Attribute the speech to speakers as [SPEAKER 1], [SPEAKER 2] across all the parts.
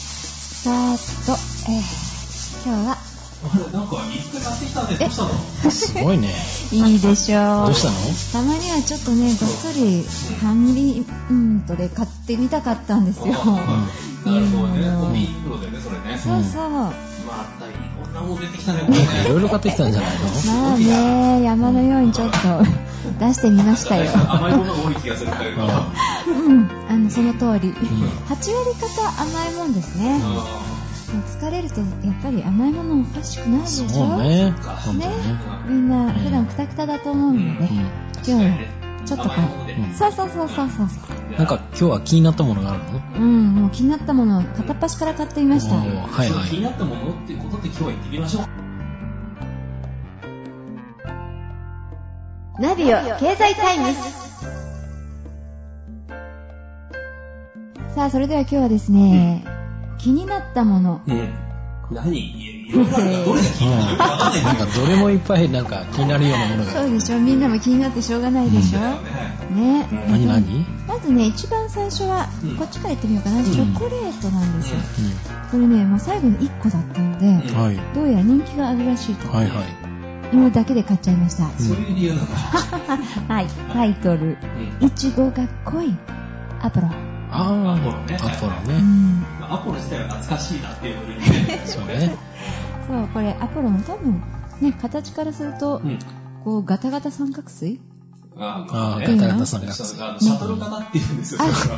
[SPEAKER 1] さーっと、えー、今日は
[SPEAKER 2] なんかいつかやってきたんでどうしたの
[SPEAKER 3] すごいね。
[SPEAKER 1] いいでしょう
[SPEAKER 3] どうした
[SPEAKER 1] たまにはちょっとねがっそり半リントで買ってみたかったんですよ、
[SPEAKER 2] うんなるほどね
[SPEAKER 1] うん
[SPEAKER 2] コピー袋でねそれね
[SPEAKER 1] そうそうま
[SPEAKER 2] まあ大変こんなもん出てきたねこれ
[SPEAKER 3] のいろい
[SPEAKER 2] ね
[SPEAKER 3] ろ買ってきたんじゃないの
[SPEAKER 1] あね山のようにちょっと出してみましたよ
[SPEAKER 2] 甘いものが多い気がするんだけど
[SPEAKER 3] あ
[SPEAKER 1] うんあのその通り8割方甘いもんですね、もう疲れるとやっぱり甘いもの欲しくなるでし
[SPEAKER 3] そ
[SPEAKER 1] ょ
[SPEAKER 3] うね。
[SPEAKER 1] ね
[SPEAKER 3] 本当にね。
[SPEAKER 1] みんな普段クタクタだと思うので、
[SPEAKER 3] うん
[SPEAKER 1] 今日はちょっとこ
[SPEAKER 2] 甘いもので
[SPEAKER 1] うそうそうそうそうそう
[SPEAKER 3] なんか今日は気になったものがあるの
[SPEAKER 1] うんもう気になったものを片っ端から買ってみました
[SPEAKER 3] おーはいは
[SPEAKER 2] 気に
[SPEAKER 3] い。
[SPEAKER 2] なったものっていうことで今日は行ってみましょう
[SPEAKER 1] ナビオ経済タイムです。さあ、それでは今日はですね、気になったもの。
[SPEAKER 2] うん何いろいろあるからどれが気になるかわかんないん
[SPEAKER 3] な
[SPEAKER 2] だ
[SPEAKER 3] ん
[SPEAKER 2] け
[SPEAKER 3] かど
[SPEAKER 2] ど
[SPEAKER 3] れもいっぱいなんか気になるようなもの
[SPEAKER 1] そ
[SPEAKER 3] が。
[SPEAKER 1] うでしょみんなも気になってしょうがないでしょ、ね
[SPEAKER 2] うん
[SPEAKER 3] 何何
[SPEAKER 1] まずね、一番最初は、
[SPEAKER 2] うん
[SPEAKER 1] こっちから行ってみようかな。チョコレートなんですよ。
[SPEAKER 2] う
[SPEAKER 1] これね、もう最後の1個だったので、
[SPEAKER 3] うんはい。
[SPEAKER 1] どうやら人気があるらしいと。
[SPEAKER 3] はいはい。
[SPEAKER 1] 芋だけで買っちゃいました。
[SPEAKER 2] そういう理由なのか
[SPEAKER 1] はい、タイトル。いちごが濃いアポロ。
[SPEAKER 3] あ
[SPEAKER 2] アポロね
[SPEAKER 3] あ、アポロ
[SPEAKER 1] う
[SPEAKER 3] ね。
[SPEAKER 1] ん。
[SPEAKER 2] アポロ自体は懐かしいなっていうふうにね
[SPEAKER 3] そうね。
[SPEAKER 1] そう、これアポロも多分、ね、形からすると、
[SPEAKER 2] うん
[SPEAKER 1] こう、ガタガタ三角錐
[SPEAKER 3] ああ、
[SPEAKER 2] あ
[SPEAKER 3] ガタガタさんが。
[SPEAKER 2] あのシャトル型っていうんですよ、
[SPEAKER 1] あ、
[SPEAKER 2] そ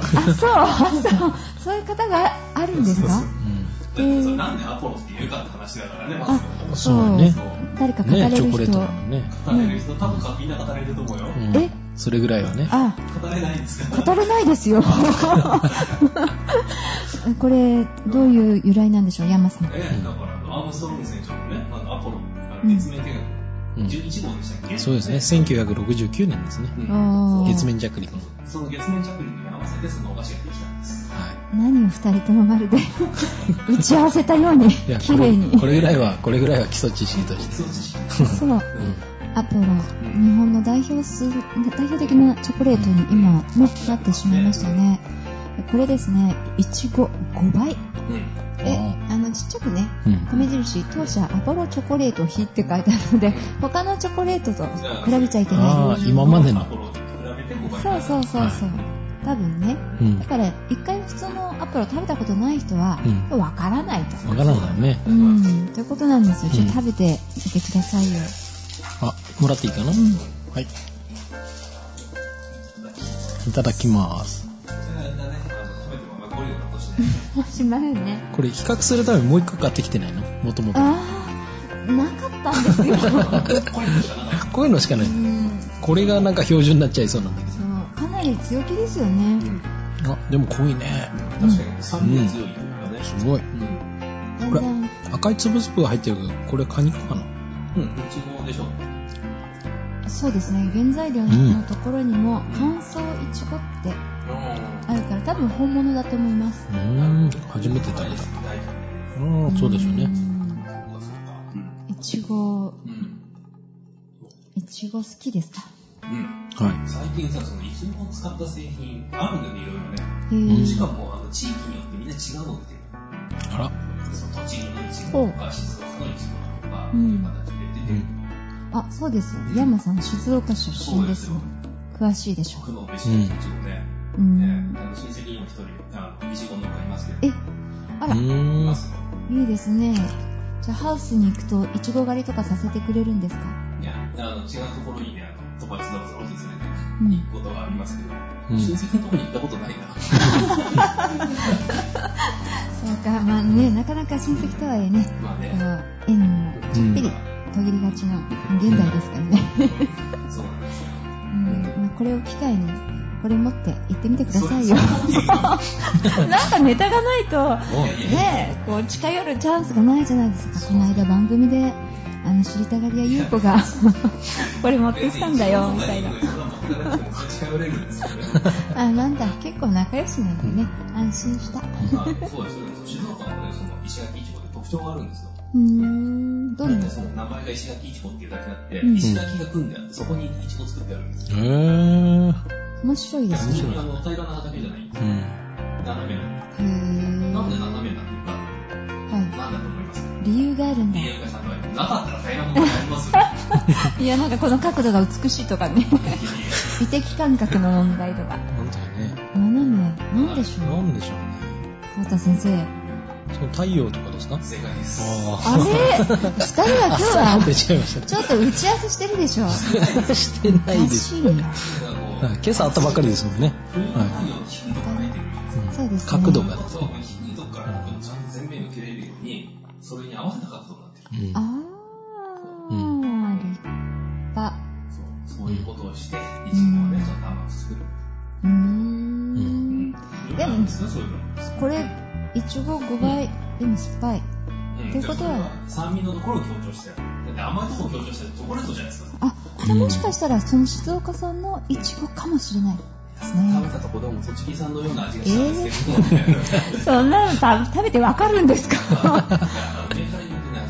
[SPEAKER 2] れは。
[SPEAKER 1] あ、そう、あそう、そういう方があるんですか
[SPEAKER 3] う
[SPEAKER 2] だってそれなんでアポロって言うかって話だからね、まず。
[SPEAKER 3] ん。そうね。
[SPEAKER 1] 誰か語れる
[SPEAKER 3] ね、チ
[SPEAKER 1] 人、
[SPEAKER 3] ョコレートなのね。
[SPEAKER 2] 語れる人、多分みんな語れると思うよ。
[SPEAKER 3] うん
[SPEAKER 1] え
[SPEAKER 3] それぐらいはね。
[SPEAKER 1] あ、
[SPEAKER 2] 語れないんですか
[SPEAKER 1] 語れないですよ。 これ、どういう由来なんでしょう、山さん。
[SPEAKER 2] ええ、だから、アームストロング選手のね、あのアポロ、あの月面計画、11号でしたっけ
[SPEAKER 3] そうですね。。1969年ですね。
[SPEAKER 1] おー
[SPEAKER 3] 月面着陸の。
[SPEAKER 2] その月面着陸に合わせてそのお菓子ができたんです。
[SPEAKER 3] はい。
[SPEAKER 1] 何を二人ともまるで 打ち合わせたように
[SPEAKER 3] いや、
[SPEAKER 1] 綺麗に
[SPEAKER 3] これこれぐらいは、これぐらいは基礎知識として。
[SPEAKER 2] そう知識。
[SPEAKER 1] そうアポロ日本の代表す代表的なチョコレートに今ねなってしまいましたねこれですねいちご5倍
[SPEAKER 2] うん。
[SPEAKER 1] え
[SPEAKER 3] あ
[SPEAKER 1] あのちっちゃくね
[SPEAKER 3] うん。うん。
[SPEAKER 1] 米印当社アポロチョコレート比って書いてあるので他のチョコレートと比べちゃいけ
[SPEAKER 3] あ
[SPEAKER 1] な
[SPEAKER 3] あ、今まで
[SPEAKER 2] ア
[SPEAKER 3] の。
[SPEAKER 2] ポロと比べて5
[SPEAKER 1] い
[SPEAKER 2] 倍。
[SPEAKER 1] そうそうそうそう多分ね
[SPEAKER 3] うん
[SPEAKER 1] だ。から一回普通のアポロ食べたことない人は
[SPEAKER 3] う
[SPEAKER 1] わからないと
[SPEAKER 3] わからないね。
[SPEAKER 1] うんということなんですよちょっと
[SPEAKER 3] う
[SPEAKER 1] 食べてみてくださいよ
[SPEAKER 3] あ、もらっていいかな、はい。いただきます。
[SPEAKER 1] うんしまうよね
[SPEAKER 3] これ比較するためにもう一個買ってきてないのもともと。
[SPEAKER 1] ああなかったんですよ
[SPEAKER 3] こういうのしかな
[SPEAKER 1] う
[SPEAKER 3] い。
[SPEAKER 1] ん
[SPEAKER 3] これがなんか標準になっちゃいそうなんだけ
[SPEAKER 1] そうかなり強気ですよね
[SPEAKER 3] ど。あ、でも濃いね。
[SPEAKER 2] 確かに酸味が強いというかね。
[SPEAKER 3] すごい。
[SPEAKER 1] だんだん
[SPEAKER 3] 赤いつぶつぶが入ってるけど、これ果肉かな
[SPEAKER 2] うん、うちもでしょ。
[SPEAKER 1] そうですね原材料のところにも乾燥いちごってあるから多分本物だと思います
[SPEAKER 3] うーん、初めて食べた。うん、そうですよね。
[SPEAKER 1] んいちご
[SPEAKER 2] うん。
[SPEAKER 1] いちご好きですか
[SPEAKER 2] うん。
[SPEAKER 3] は
[SPEAKER 2] 最近さ、そのいちごを使った製品あるんだよね、いろいろね。
[SPEAKER 1] へ
[SPEAKER 3] うん
[SPEAKER 2] し
[SPEAKER 1] ー
[SPEAKER 2] かも、あの、地域によってみんな違うのって。
[SPEAKER 3] い。あら、
[SPEAKER 2] その栃木のいちごとか、静岡のいちごとか、
[SPEAKER 1] うん
[SPEAKER 2] 形で出てる。
[SPEAKER 1] あそうですよ山さん静岡出身ですもん詳しいでしょ
[SPEAKER 2] 僕の飯のいちごね。
[SPEAKER 1] う
[SPEAKER 2] ね
[SPEAKER 1] ん
[SPEAKER 2] あの親戚にも一人、あの、いちご農家いますけど。
[SPEAKER 1] えあ
[SPEAKER 3] う
[SPEAKER 1] ら
[SPEAKER 2] い
[SPEAKER 3] ー
[SPEAKER 2] ま
[SPEAKER 3] ん。
[SPEAKER 2] すよ。
[SPEAKER 1] いいですねじゃあハウスに行くといちご狩りとかさせてくれるんですか
[SPEAKER 2] いや、あの、違うところにね、あの、友達のお店でね、
[SPEAKER 1] うん
[SPEAKER 2] 行くことはありますけど、
[SPEAKER 3] ん
[SPEAKER 2] 親戚のところに行ったことないな。
[SPEAKER 1] そうか、まあね、なかなか親戚とはいえね、
[SPEAKER 2] まあ
[SPEAKER 1] こ
[SPEAKER 2] ね、
[SPEAKER 1] う縁にも
[SPEAKER 3] う
[SPEAKER 1] ぴり
[SPEAKER 3] ん。
[SPEAKER 1] 途切りがちな現代ですからね。
[SPEAKER 2] そうなんですよ。
[SPEAKER 1] うん、まあこれを機会に、これ持って行ってみてくださいよ。 なんかネタがないと、ねえ、こう近寄るチャンスがないじゃないですか。この間番組で、あの、知りたがりやゆうこが、 これ持ってきたんだよ、みたいな。
[SPEAKER 2] 近寄れるんですよね。
[SPEAKER 1] あ、なんだ、結構仲良しなんでね、安心した。
[SPEAKER 2] まあそうですよね。静岡のね、その石垣いちごって特徴があるんですよ。
[SPEAKER 1] うーん、どんな
[SPEAKER 2] で、その名前が石垣いちごっていうだけあって、
[SPEAKER 1] うん
[SPEAKER 2] 石垣が組んであって、そこにいちご作ってあるんですよ。
[SPEAKER 3] へー。
[SPEAKER 1] 面白いですね。
[SPEAKER 2] あの、平らな畑じゃないんです
[SPEAKER 3] う
[SPEAKER 2] よ。
[SPEAKER 3] ん。
[SPEAKER 2] 斜めな。
[SPEAKER 1] へー
[SPEAKER 2] なんで斜めなのか、
[SPEAKER 1] るんだ。
[SPEAKER 2] 宮川さんはなかったら大変なことになりま すよ。
[SPEAKER 1] いや、なんかこの角度が美しいとかね。 美的感覚の問題とか。
[SPEAKER 3] 本当にね。
[SPEAKER 1] なんだろうね。なんでしょう。
[SPEAKER 3] なんでしょうね。
[SPEAKER 1] 川田先生。
[SPEAKER 3] その太陽とかですか
[SPEAKER 2] 正解です。
[SPEAKER 1] あ
[SPEAKER 3] あ
[SPEAKER 1] れ二人は今日
[SPEAKER 3] あ、 出
[SPEAKER 1] は、
[SPEAKER 3] ちゃいました
[SPEAKER 1] ちょっと打ち合わせしてるでしょ。
[SPEAKER 3] ね。してない
[SPEAKER 1] 楽
[SPEAKER 3] です。
[SPEAKER 1] しいね。
[SPEAKER 2] なんかこう
[SPEAKER 3] はい今朝あったばっかりですもんね。
[SPEAKER 2] 冬の
[SPEAKER 3] は
[SPEAKER 2] 太陽低いとこから入ってくる。
[SPEAKER 3] いうん
[SPEAKER 1] そうですね
[SPEAKER 3] 角度が。
[SPEAKER 2] そう、低いとこからこうちゃんと全面受けれるように、それに合わせた角度になってる。
[SPEAKER 3] うん
[SPEAKER 1] あ
[SPEAKER 3] う
[SPEAKER 1] ー、立派。
[SPEAKER 2] そう、そういうことをして、一度はね、ちゃんと甘く作る。
[SPEAKER 1] うー
[SPEAKER 2] うんん。でも、そういうの。
[SPEAKER 1] これ、いちご5倍、でも酸っぱい。
[SPEAKER 2] うん
[SPEAKER 1] ってことは
[SPEAKER 2] じゃあ酸味のところを強調してる。だって甘いところを強調してるチョコレートじゃないですか。
[SPEAKER 1] あ、じゃあもしかしたらその静岡さんのいちごかもしれないです
[SPEAKER 2] 食べ
[SPEAKER 1] ね。
[SPEAKER 2] たとこでも栃木産のような味がしたんですけど、ね
[SPEAKER 1] そんなのた食べてわかるんですか
[SPEAKER 2] あのメーカーによってね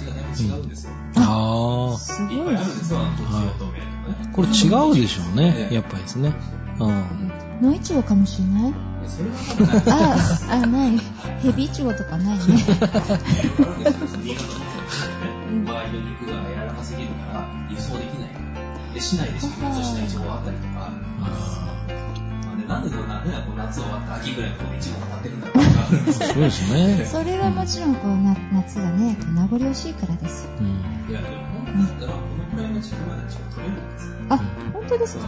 [SPEAKER 2] 味がだいぶ違うんです よ。
[SPEAKER 3] ああ。
[SPEAKER 1] す
[SPEAKER 2] いっ
[SPEAKER 1] ご
[SPEAKER 2] ぱ
[SPEAKER 1] いで
[SPEAKER 2] いあるんですすよ、
[SPEAKER 1] ね。
[SPEAKER 2] あの栃木の透明とかね。
[SPEAKER 3] これ違うでしょうね
[SPEAKER 2] え。え
[SPEAKER 3] やっぱりですね。うん。
[SPEAKER 1] のいちごかもしれない
[SPEAKER 2] でそれは多分なんか
[SPEAKER 1] あ、 あ、ない。ヘビいちごとかないね。
[SPEAKER 2] あるんですよ、新潟の方ね。周りの肉が柔らかすぎるから、輸送できないから。で、市内で出発しない地方があったりと
[SPEAKER 3] あ
[SPEAKER 2] か。なんで、なんでこんなね、こう夏終わった秋ぐらいのところでイチゴが立ってるんだろうとか。
[SPEAKER 3] あ。そうですね。
[SPEAKER 1] それはもちろんこうな夏がね、こう名残惜しいからですよ。
[SPEAKER 3] うん。
[SPEAKER 2] いや、でも本当だったら、このくらいの時期までちょっと取れるんですよ。
[SPEAKER 1] あ、本当ですか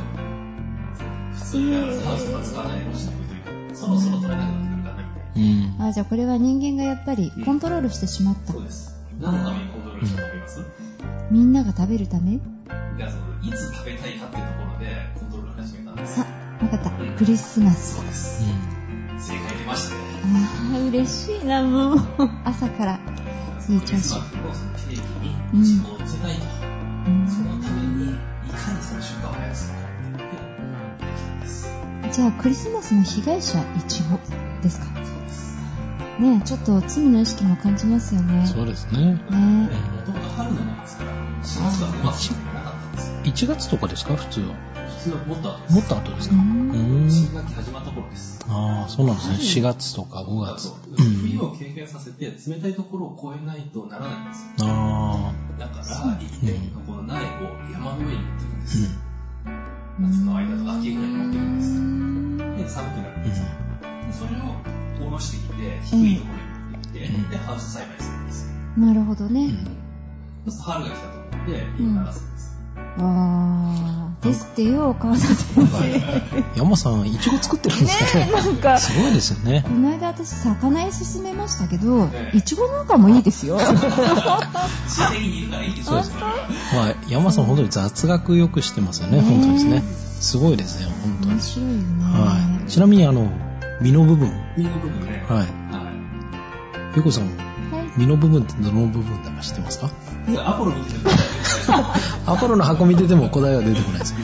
[SPEAKER 2] 普通にハウスが使わないようにしておいてるそろそろ取れなくなってくるからねみたい
[SPEAKER 3] うん。
[SPEAKER 1] あ、じゃあこれは人間がやっぱりコントロールしてしまった
[SPEAKER 2] な。そう。です。何のためにコントロールしたと思います
[SPEAKER 1] みんなが食べるため
[SPEAKER 2] じゃあその、いつ食べたいかっていうところでコントロールを始めたんです。
[SPEAKER 1] さ、わかった。クリスマス。
[SPEAKER 2] そうです。正解出ましたね。
[SPEAKER 1] あー嬉しいな、もう。朝から。いい調子
[SPEAKER 2] クリスマスのそのケーキにイチゴを乗せたいと。
[SPEAKER 1] うん
[SPEAKER 2] そのために、いかにその瞬間を早くするかっていうのができるんです。
[SPEAKER 1] じゃあクリスマスの被害者イチゴですか
[SPEAKER 2] そうです。
[SPEAKER 1] ねえちょっと罪の意識も感じますよ
[SPEAKER 3] う
[SPEAKER 1] ね
[SPEAKER 3] ん。そうですね。
[SPEAKER 1] ねえ
[SPEAKER 2] もともと春のものですから、4月は5月しかなかったんですよ。
[SPEAKER 3] 1月とかですか普通は。
[SPEAKER 2] 普通はもっと後です。
[SPEAKER 3] もっと後です
[SPEAKER 1] う
[SPEAKER 3] かうんん。
[SPEAKER 2] 新学期始まった頃です。
[SPEAKER 3] ああ、そうなんですね。
[SPEAKER 1] はい
[SPEAKER 3] 4月とか5
[SPEAKER 2] あ
[SPEAKER 3] 月
[SPEAKER 2] と。
[SPEAKER 3] うん
[SPEAKER 2] 冬を経験させて冷たいところを越えないとならないんですよ。
[SPEAKER 3] ああ。
[SPEAKER 2] だから、一年のこの苗を山の上に持ってくんですよ。夏の間とか秋ぐらいに持ってくんですよ。で、寒くなるんですよ。
[SPEAKER 3] う
[SPEAKER 2] でそれをおろしてきて、低いところに持ってき
[SPEAKER 3] うん
[SPEAKER 2] て、で、ハウス栽培するんですよ。
[SPEAKER 1] なるほど
[SPEAKER 3] ん。う
[SPEAKER 1] ね。
[SPEAKER 3] ん。
[SPEAKER 2] そうすると春が来たと思って、今流す んです。
[SPEAKER 1] わー。ですってよ、川田先生。ね
[SPEAKER 3] 山さん、いちご作ってるんですか
[SPEAKER 1] え、なんか。
[SPEAKER 3] すごいですよね
[SPEAKER 1] こ。の間私、魚屋勧めましたけど
[SPEAKER 2] え、え
[SPEAKER 1] いちごなんかもいいですよ。
[SPEAKER 2] 自然にいるからいいですよ。
[SPEAKER 1] 本
[SPEAKER 3] まあ、山さん本当に雑学よくしてますよね。本当ですね
[SPEAKER 1] ね。
[SPEAKER 3] すごいですよ、本
[SPEAKER 1] 当
[SPEAKER 3] 当に
[SPEAKER 1] 面。白いよね。
[SPEAKER 3] はい。ちなみに、あの、身の部分。
[SPEAKER 2] 身の部分ね。
[SPEAKER 3] はい。
[SPEAKER 2] は
[SPEAKER 3] ゆこさん、
[SPEAKER 1] はい
[SPEAKER 3] 身の部分ってどの部分だか知ってますか
[SPEAKER 2] い。でアポロ見ててください。
[SPEAKER 3] アポロの箱見てても答えは出てこないですよ。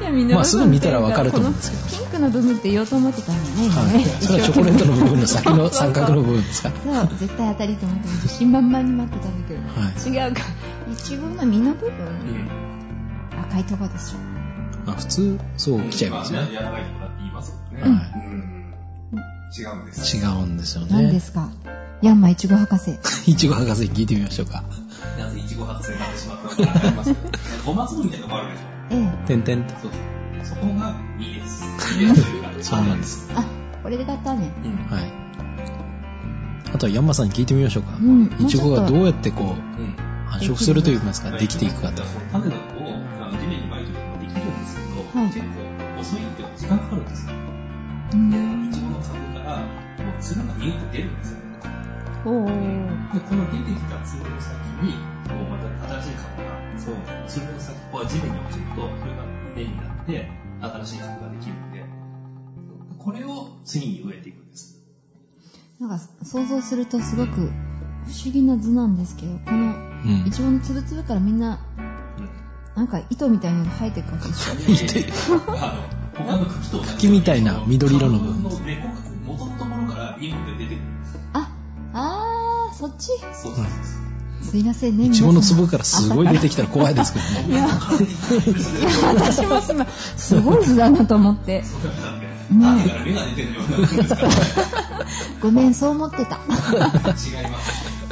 [SPEAKER 1] いやみんな
[SPEAKER 3] まあすぐ見たらわかると思うんです
[SPEAKER 1] けど。ピンクの部分って言おうと思ってたんだよね、今
[SPEAKER 3] は
[SPEAKER 1] ね
[SPEAKER 3] い。。それはチョコレートの部分の先の 三角の部分ですか
[SPEAKER 1] そう、絶対当たりと思って自信満々に待ってたんだけど、違うか。いちごの実の部分、赤いとこでしょ。
[SPEAKER 3] まあ、普通、そう
[SPEAKER 2] うん
[SPEAKER 3] 来ちゃいます
[SPEAKER 2] あ
[SPEAKER 3] ね。
[SPEAKER 2] 柔らかいとこだって言いますもんね。
[SPEAKER 3] は
[SPEAKER 2] うん違うんです。
[SPEAKER 3] 違うんですよ
[SPEAKER 1] 何で
[SPEAKER 3] ね。
[SPEAKER 1] すかヤンマいちご博士。
[SPEAKER 3] いちご博士に聞いてみましょうか。
[SPEAKER 2] なぜいちご発生になってしまったのかわかりますけど、ごま粒みたいなのがあるでし
[SPEAKER 1] ええ。
[SPEAKER 3] てんてんてん。
[SPEAKER 2] ょ。そうそこがいいです。いいですというか、
[SPEAKER 3] そうなんです。
[SPEAKER 1] あ、これで買ったね。
[SPEAKER 2] うん。
[SPEAKER 3] はい。あとはヤンマさんに聞いてみましょうか。
[SPEAKER 1] うん
[SPEAKER 3] いちごがどうやってこう、
[SPEAKER 2] うん。
[SPEAKER 3] 繁殖するといいますか、できていくかと。
[SPEAKER 2] 種の子をあの地面にまいてもできるんですけど、
[SPEAKER 1] はい
[SPEAKER 2] 結構遅いっていうか時間かかるんですよ。
[SPEAKER 1] うん
[SPEAKER 2] で、いちごの株から、もうつるがニューって出るんですよね。
[SPEAKER 1] お
[SPEAKER 2] で、この出てきたつるの先に、こうまた新しい株が、そう、つるの先、ここは地面に落ちると、それが根になって、新しい株ができるんで、これを次に植えていくんです。
[SPEAKER 1] なんか想像するとすごく不思議な図なんですけど、こ
[SPEAKER 3] う
[SPEAKER 1] の
[SPEAKER 3] ん
[SPEAKER 1] い。ちごのつぶつぶからみんな、なんか糸みたいなのが生えていくわけでしょ。
[SPEAKER 2] いて、あの、他の茎と同じ
[SPEAKER 3] 茎みたいな緑色の部分
[SPEAKER 2] 株の根っこが元のところからインで出てくるんです。
[SPEAKER 1] あ、あー、そっち。
[SPEAKER 2] そうそうそう。
[SPEAKER 1] すいませんね、
[SPEAKER 3] いちごの
[SPEAKER 1] 皆様
[SPEAKER 3] 粒からすごい出てきたら怖いですけどね。
[SPEAKER 1] い や、いや私も今、すごい図だなと思って。
[SPEAKER 2] そうなんで、
[SPEAKER 1] ね
[SPEAKER 2] 種から芽が出てるようなもんですから、
[SPEAKER 1] ごめん、そう思ってた。
[SPEAKER 2] 違います。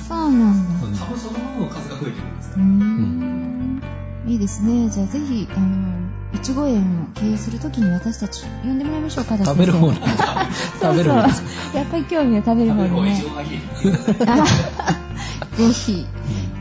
[SPEAKER 1] そうなんだ。
[SPEAKER 2] 多分その分の数が増えてるんです
[SPEAKER 1] う
[SPEAKER 2] よ、
[SPEAKER 1] んいいですね。じゃあぜひ、あの、いちご園を経営するときに私たち呼んでもらいましょうか、
[SPEAKER 3] 食べる方
[SPEAKER 1] ね。
[SPEAKER 3] なんだ。
[SPEAKER 1] そうそ
[SPEAKER 3] 食べ
[SPEAKER 1] う。
[SPEAKER 3] る
[SPEAKER 1] やっ
[SPEAKER 3] 方 です
[SPEAKER 1] ぱり興味は食べる
[SPEAKER 2] 多
[SPEAKER 1] 方
[SPEAKER 2] 分も
[SPEAKER 1] に
[SPEAKER 2] う
[SPEAKER 1] ね
[SPEAKER 2] 一。応がいいで す
[SPEAKER 1] あぜひ、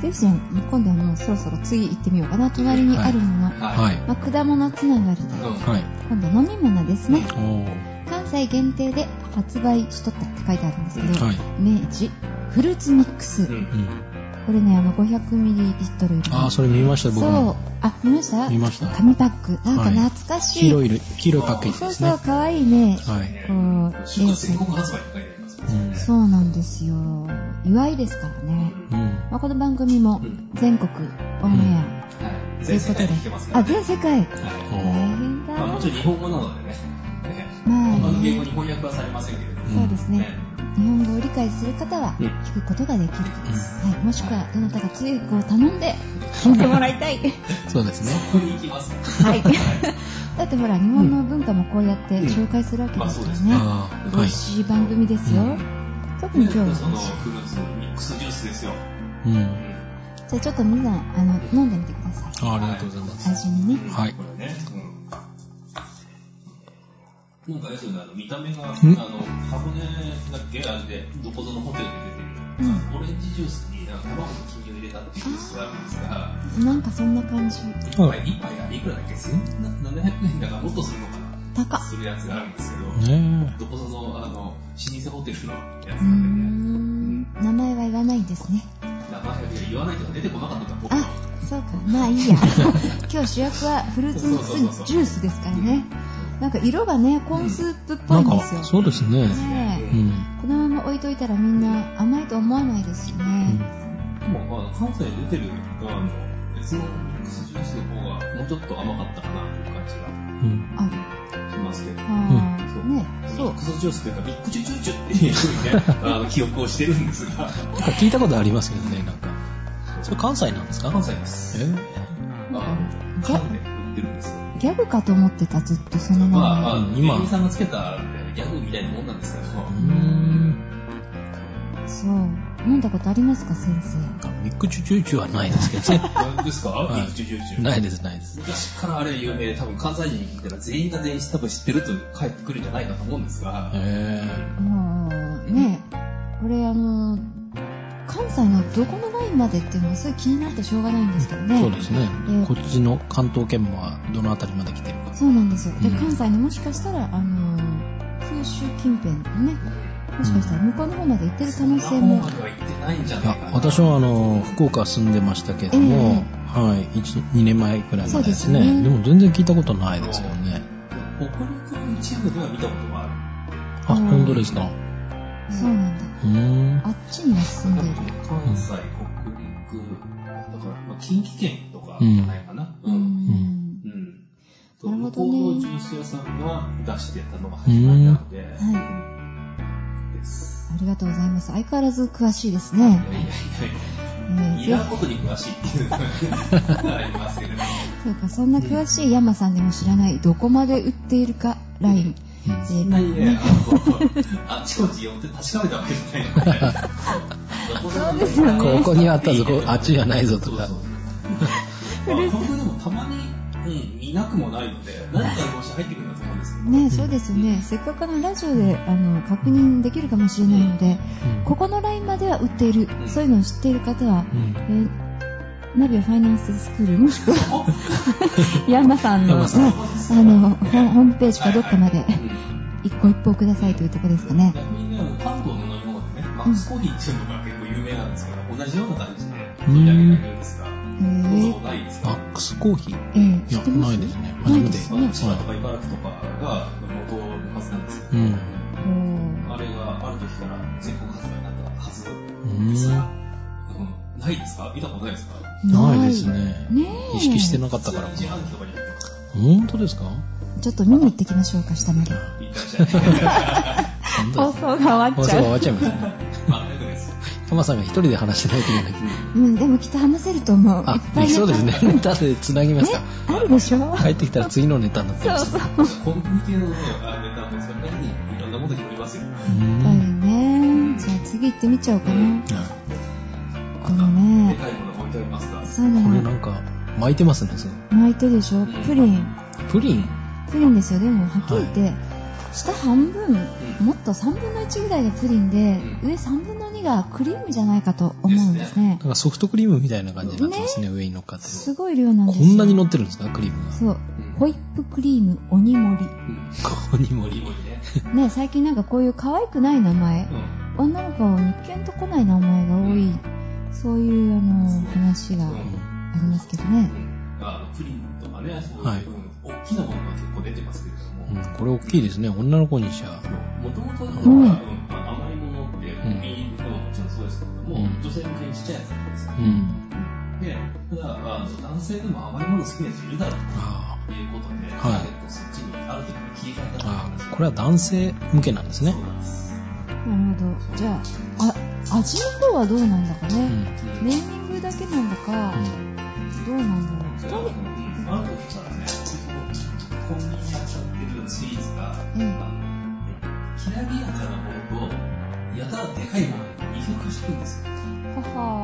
[SPEAKER 1] ぜひ、今度はもうそろそろ次行ってみようかな。隣にあるもの。
[SPEAKER 3] は
[SPEAKER 2] はい
[SPEAKER 3] い。
[SPEAKER 1] まあ、果物つながりで。
[SPEAKER 2] うん
[SPEAKER 3] はい。
[SPEAKER 1] 今度飲み物ですね。
[SPEAKER 3] おー
[SPEAKER 1] 関西限定で発売しとったって書いてあるんですけど、
[SPEAKER 3] はい。
[SPEAKER 1] 明治フルーツミックス。
[SPEAKER 2] う
[SPEAKER 1] こ
[SPEAKER 2] ん
[SPEAKER 3] うん
[SPEAKER 1] れね、あの、500ミリリットル入りの
[SPEAKER 3] ああ、それ見ました、僕
[SPEAKER 1] そう
[SPEAKER 3] も。。
[SPEAKER 1] あ、見ました
[SPEAKER 3] 見ました
[SPEAKER 1] 紙パック。なんか懐かしい。
[SPEAKER 3] 黄色い、黄色いパッケージ
[SPEAKER 1] そ
[SPEAKER 3] で
[SPEAKER 1] う
[SPEAKER 3] す
[SPEAKER 1] そ
[SPEAKER 3] ね
[SPEAKER 1] う、。かわいいね。
[SPEAKER 3] はい。
[SPEAKER 1] こう、
[SPEAKER 2] 出荷全国発売って書いてありますよね
[SPEAKER 3] うん
[SPEAKER 1] そうなんですよ。祝いですからね。
[SPEAKER 3] うん。
[SPEAKER 1] まあ、この番組も
[SPEAKER 2] うん
[SPEAKER 1] 全国オンエア
[SPEAKER 2] はい
[SPEAKER 1] とい
[SPEAKER 2] 全
[SPEAKER 1] うこ
[SPEAKER 2] 世
[SPEAKER 1] とで
[SPEAKER 2] 界で聞けます。か
[SPEAKER 1] あ、
[SPEAKER 2] らね
[SPEAKER 1] 全世界。
[SPEAKER 2] はい
[SPEAKER 1] 大
[SPEAKER 3] お
[SPEAKER 1] 変だ
[SPEAKER 2] まあ。もちろん日本語なのでねね
[SPEAKER 1] ま
[SPEAKER 2] 他
[SPEAKER 1] あ
[SPEAKER 2] の言語
[SPEAKER 1] ね、
[SPEAKER 2] に翻訳はされませんけれども
[SPEAKER 1] そうですね。日本語を理解する方は
[SPEAKER 2] うん
[SPEAKER 1] 聞くことができる。はい、もしくはどなたか通訳を頼んで聞いてもらいた い。
[SPEAKER 3] そうですね。
[SPEAKER 2] そこに行きます
[SPEAKER 1] はい。 だってほら、日本の文化もこうやって紹介するわけですからね。
[SPEAKER 3] ああ、
[SPEAKER 1] 美
[SPEAKER 3] はい
[SPEAKER 1] 味。しい番組ですよ。特に
[SPEAKER 2] で
[SPEAKER 1] 今日は美
[SPEAKER 2] その
[SPEAKER 1] 味しい。
[SPEAKER 2] フルーツミックスジュースですよ
[SPEAKER 3] うん。
[SPEAKER 2] うん
[SPEAKER 1] じゃあちょっと皆さん、あの、飲んでみてください。
[SPEAKER 3] あありがとうございます。
[SPEAKER 1] 味にね。
[SPEAKER 3] はい
[SPEAKER 2] これねうんなんか要するにあの見た目があの
[SPEAKER 3] ん
[SPEAKER 2] 箱根だっけあれでどこぞのホテルで出てるオレンジジュースになんか卵の黄身を入れたっていうジュースがあるんですが
[SPEAKER 1] うん。なんかそんな感じ。
[SPEAKER 2] 一杯一杯がいくらだっけ1700円だからもっとするのかな
[SPEAKER 1] 高っ。
[SPEAKER 2] するやつがあるんですけど
[SPEAKER 3] ね
[SPEAKER 2] どこぞのあの老舗ホテルのやつ
[SPEAKER 1] うー
[SPEAKER 2] なんでね
[SPEAKER 1] ん。名前は言わないんですね。
[SPEAKER 2] 名前だけは言わないとか出てこなかったから僕
[SPEAKER 1] あ、そうか。まあいい や。今日主役はフルーツミッ
[SPEAKER 2] そうそう
[SPEAKER 1] ク
[SPEAKER 2] そうそう
[SPEAKER 1] スジュースですからね。なんか色がね、コーンスープっ
[SPEAKER 3] え。
[SPEAKER 1] ぽ
[SPEAKER 3] ないん
[SPEAKER 1] ん
[SPEAKER 3] か
[SPEAKER 1] ですよ。、
[SPEAKER 3] そうですね。
[SPEAKER 1] ね
[SPEAKER 3] う
[SPEAKER 1] え
[SPEAKER 3] ん。
[SPEAKER 1] このまま置いといたらみんな甘いと思わないですよね。
[SPEAKER 2] でもまあ関西で出てるよりかはあの別のミックスジュースの方がもうちょっと甘かったかなっていう感じが
[SPEAKER 3] うん。
[SPEAKER 1] あ、
[SPEAKER 2] しますけど。
[SPEAKER 1] あ
[SPEAKER 2] うんそ
[SPEAKER 1] ー
[SPEAKER 2] う
[SPEAKER 1] ね、
[SPEAKER 2] ミ
[SPEAKER 1] そう
[SPEAKER 2] ック。スジュースというか、ミックジュジュジュっていうふうにね、あの記憶をしてるんですが、
[SPEAKER 3] なんか聞いたことありますけどね、なんか。それ関西なんですか
[SPEAKER 2] 関西です。
[SPEAKER 3] え
[SPEAKER 2] あの、缶で売ってるんですよ。
[SPEAKER 1] ギャグかと思ってた、ずっとその名前。
[SPEAKER 2] まあまあ、
[SPEAKER 3] うん
[SPEAKER 2] 芸人さんがつけたギャグみたいなもんなんですけど、
[SPEAKER 3] うーん。
[SPEAKER 1] そう。飲んだことありますか、先生。
[SPEAKER 3] あミックチュチュチュはないですけど ね。
[SPEAKER 2] 何ですか
[SPEAKER 3] はい
[SPEAKER 2] ミックジュジュジュ。
[SPEAKER 3] ないです、ないです。
[SPEAKER 2] 昔からあれ有名で、多分関西人に聞いたら全員が全員多分知ってると帰ってくるんじゃないかと思うんですが、
[SPEAKER 3] え
[SPEAKER 1] もう、ねこれあの、関西のどこのラインまでっていうのはすごい気になってしょうがないんですけど
[SPEAKER 3] え
[SPEAKER 1] ね。
[SPEAKER 3] そうですね
[SPEAKER 1] ええ。
[SPEAKER 3] こっちの関東圏はどの辺りまで来てるか。
[SPEAKER 1] そうなんですよ。で、
[SPEAKER 3] うん
[SPEAKER 1] 関西のもしかしたら、あの、九州近辺のね、もしかしたら向こうの方まで行ってる可能性も
[SPEAKER 2] そんな方。までは行ってないんじゃ
[SPEAKER 3] い
[SPEAKER 2] ないか
[SPEAKER 3] や
[SPEAKER 2] な。
[SPEAKER 3] 私はあの福岡住んでましたけども、はい、2年前くらい
[SPEAKER 1] そ
[SPEAKER 3] ま
[SPEAKER 1] う
[SPEAKER 3] で
[SPEAKER 1] で
[SPEAKER 3] ですす
[SPEAKER 1] ね
[SPEAKER 3] ねでも全然聞いたことないですよね
[SPEAKER 2] 北陸の一部では見たことがある。
[SPEAKER 3] あ
[SPEAKER 1] うん
[SPEAKER 3] 本当ですか
[SPEAKER 1] そうなんだ。
[SPEAKER 3] うーん
[SPEAKER 1] あっちには進んでいる。
[SPEAKER 2] 関西、北陸、だから、まあ、近畿圏とかじゃないかな。
[SPEAKER 1] うー
[SPEAKER 2] うん。
[SPEAKER 1] ん。
[SPEAKER 2] うん。
[SPEAKER 1] なるほどね
[SPEAKER 2] 向こうのジュース屋さんが出してたのが始まりなので、
[SPEAKER 1] は
[SPEAKER 2] です。
[SPEAKER 1] い。ありがとうございます。相変わらず詳しいです
[SPEAKER 2] い
[SPEAKER 1] ね。
[SPEAKER 2] やいやい
[SPEAKER 1] え
[SPEAKER 2] や
[SPEAKER 1] ー
[SPEAKER 2] いらんことに詳しいっていうのがありますけれども。
[SPEAKER 1] そうか、そんな詳しい山さんでも知らない、どこまで売っているか、ライン。
[SPEAKER 3] うん
[SPEAKER 1] えー
[SPEAKER 2] そんなにね、あの、あっちこっち寄って確かめたわけじゃないので。
[SPEAKER 1] そうですよね
[SPEAKER 3] ここにあったぞこあっちじゃないぞと
[SPEAKER 2] そう
[SPEAKER 3] か
[SPEAKER 2] そう。まあ、本当でもたまに、うん、見なくもないので、何かもし入ってくるんだと思うんですけど。
[SPEAKER 1] ねそうですよね。せっかくあのラジオで、あの、確認できるかもしれないので、
[SPEAKER 3] うん
[SPEAKER 1] ここのラインまでは売っている。そういうのを知っている方は、
[SPEAKER 3] うん
[SPEAKER 1] えー、ナビオファイナンススクール、もしく は、ヤンマさんの、
[SPEAKER 3] ヤンマさん
[SPEAKER 1] ねあの、ホホームページか
[SPEAKER 2] はい
[SPEAKER 1] どっかまで、一個一歩くださいというところですかね。
[SPEAKER 2] 逆にね、関東の飲み物でね、マックスコーヒーっていうのが結構有名なんですけど、同じような感じで取り上げられるんですが、
[SPEAKER 1] え
[SPEAKER 2] そう
[SPEAKER 1] ー、
[SPEAKER 2] ないです
[SPEAKER 3] マ
[SPEAKER 2] か
[SPEAKER 3] ックスコーヒー
[SPEAKER 1] えー、
[SPEAKER 3] い
[SPEAKER 1] 知
[SPEAKER 3] や
[SPEAKER 1] ってます
[SPEAKER 3] ないですね
[SPEAKER 1] な
[SPEAKER 3] 初
[SPEAKER 1] い
[SPEAKER 3] め
[SPEAKER 1] で
[SPEAKER 3] て
[SPEAKER 1] す
[SPEAKER 2] まあ、
[SPEAKER 1] ね。
[SPEAKER 2] 千葉とか茨城とかが元のはずなんですけ
[SPEAKER 3] う
[SPEAKER 2] ど、
[SPEAKER 3] ん
[SPEAKER 1] おー
[SPEAKER 2] あれがある時から全国発売になったはず
[SPEAKER 3] う
[SPEAKER 2] です
[SPEAKER 3] ー
[SPEAKER 2] が
[SPEAKER 3] ん、
[SPEAKER 2] うん、ないですか見たことないですか
[SPEAKER 3] ないです。ね
[SPEAKER 1] ねえ
[SPEAKER 3] 意識してなかったから
[SPEAKER 2] 普通に自販機とかに行って
[SPEAKER 3] 本当ですか
[SPEAKER 1] ちょっと見に行ってきましょうか、下まで。
[SPEAKER 2] 行ってらっしゃる。
[SPEAKER 3] 本
[SPEAKER 1] 放
[SPEAKER 3] 当です
[SPEAKER 1] 送が終わ
[SPEAKER 3] も
[SPEAKER 1] っ
[SPEAKER 3] う
[SPEAKER 1] ち
[SPEAKER 3] すぐ終
[SPEAKER 1] ゃう。
[SPEAKER 3] わっちゃいますね
[SPEAKER 2] まあ、楽です。
[SPEAKER 3] タマさんが一人で話してないといけない
[SPEAKER 1] うん、でもきっと話せると思う。い
[SPEAKER 3] あ
[SPEAKER 1] っぱい
[SPEAKER 3] できそうですね
[SPEAKER 1] ね。
[SPEAKER 3] ネタでつなぎますか
[SPEAKER 1] あるでしょ
[SPEAKER 3] 帰ってきたら次のネタになって
[SPEAKER 1] そ
[SPEAKER 3] ま
[SPEAKER 1] う
[SPEAKER 3] す
[SPEAKER 1] そう。やっ
[SPEAKER 2] コンビニ系のねあネタもそんなにいろんなこと拾いますよ。
[SPEAKER 3] うー
[SPEAKER 1] ぱり
[SPEAKER 3] ん
[SPEAKER 1] ね。じゃあ次行ってみちゃおうかな。
[SPEAKER 3] は
[SPEAKER 1] 当に
[SPEAKER 2] で
[SPEAKER 1] ね。
[SPEAKER 2] かいものが置いてありますが、
[SPEAKER 1] そうな
[SPEAKER 3] これな
[SPEAKER 1] の。
[SPEAKER 3] んか巻いてますねその
[SPEAKER 1] 巻いてでしょプリン。
[SPEAKER 3] プリン
[SPEAKER 1] プリンですよ。でも、はっきり言って、下半分、もっと3分の1ぐらいがプリンで、上3分の2がクリームじゃないかと思うんですね
[SPEAKER 3] なん。かソフトクリームみたいな感じになってますね上に乗っかってて
[SPEAKER 1] すごい量なんです
[SPEAKER 3] こ
[SPEAKER 1] よ。
[SPEAKER 3] んなに乗ってるんですかクリームが
[SPEAKER 1] そう。
[SPEAKER 2] うん
[SPEAKER 1] ホイップクリーム鬼盛
[SPEAKER 2] うん
[SPEAKER 3] ここにもり
[SPEAKER 2] リボリね、
[SPEAKER 1] り。ね、最近なんかこういう可愛くない名前。
[SPEAKER 2] うん
[SPEAKER 1] 女の子にキュンとこない名前が多い、そういうあの話が
[SPEAKER 2] うん
[SPEAKER 1] ありますけどね。
[SPEAKER 2] あのプリンとかね、そういう、
[SPEAKER 3] はい
[SPEAKER 2] うん大きなものが結構出てますけれども、
[SPEAKER 3] うんこれ大きいですね女の子にしちゃ
[SPEAKER 2] もともと
[SPEAKER 1] う
[SPEAKER 2] うんん、まあ甘いものって、コンビニでももちろんそうですけれども、
[SPEAKER 3] うん
[SPEAKER 2] 女性向けにちっちゃいやつなんですよ
[SPEAKER 3] う。ん
[SPEAKER 2] で、ただ、あの男性でも甘いもの好きなやついるだろう
[SPEAKER 3] あ
[SPEAKER 2] ということで、
[SPEAKER 3] はい
[SPEAKER 2] ターゲットをそっちにある時に切り替え
[SPEAKER 3] ー
[SPEAKER 2] たっていう
[SPEAKER 3] あ
[SPEAKER 2] 話
[SPEAKER 3] ーこれは男性向けなんですね
[SPEAKER 2] そうなんです。
[SPEAKER 1] なるほど。じゃあ、あ、味の方はどうなんだか
[SPEAKER 3] う
[SPEAKER 1] ね。
[SPEAKER 3] ん
[SPEAKER 1] ネーミングだけなんだか、
[SPEAKER 3] うん
[SPEAKER 1] どうなんだろう。
[SPEAKER 2] それはうんあとしたらね、コンビニにあってるスイーツが、
[SPEAKER 1] うん
[SPEAKER 2] あのきらびやかなものと、やたらでかいものに二極してるんですよ。
[SPEAKER 1] はは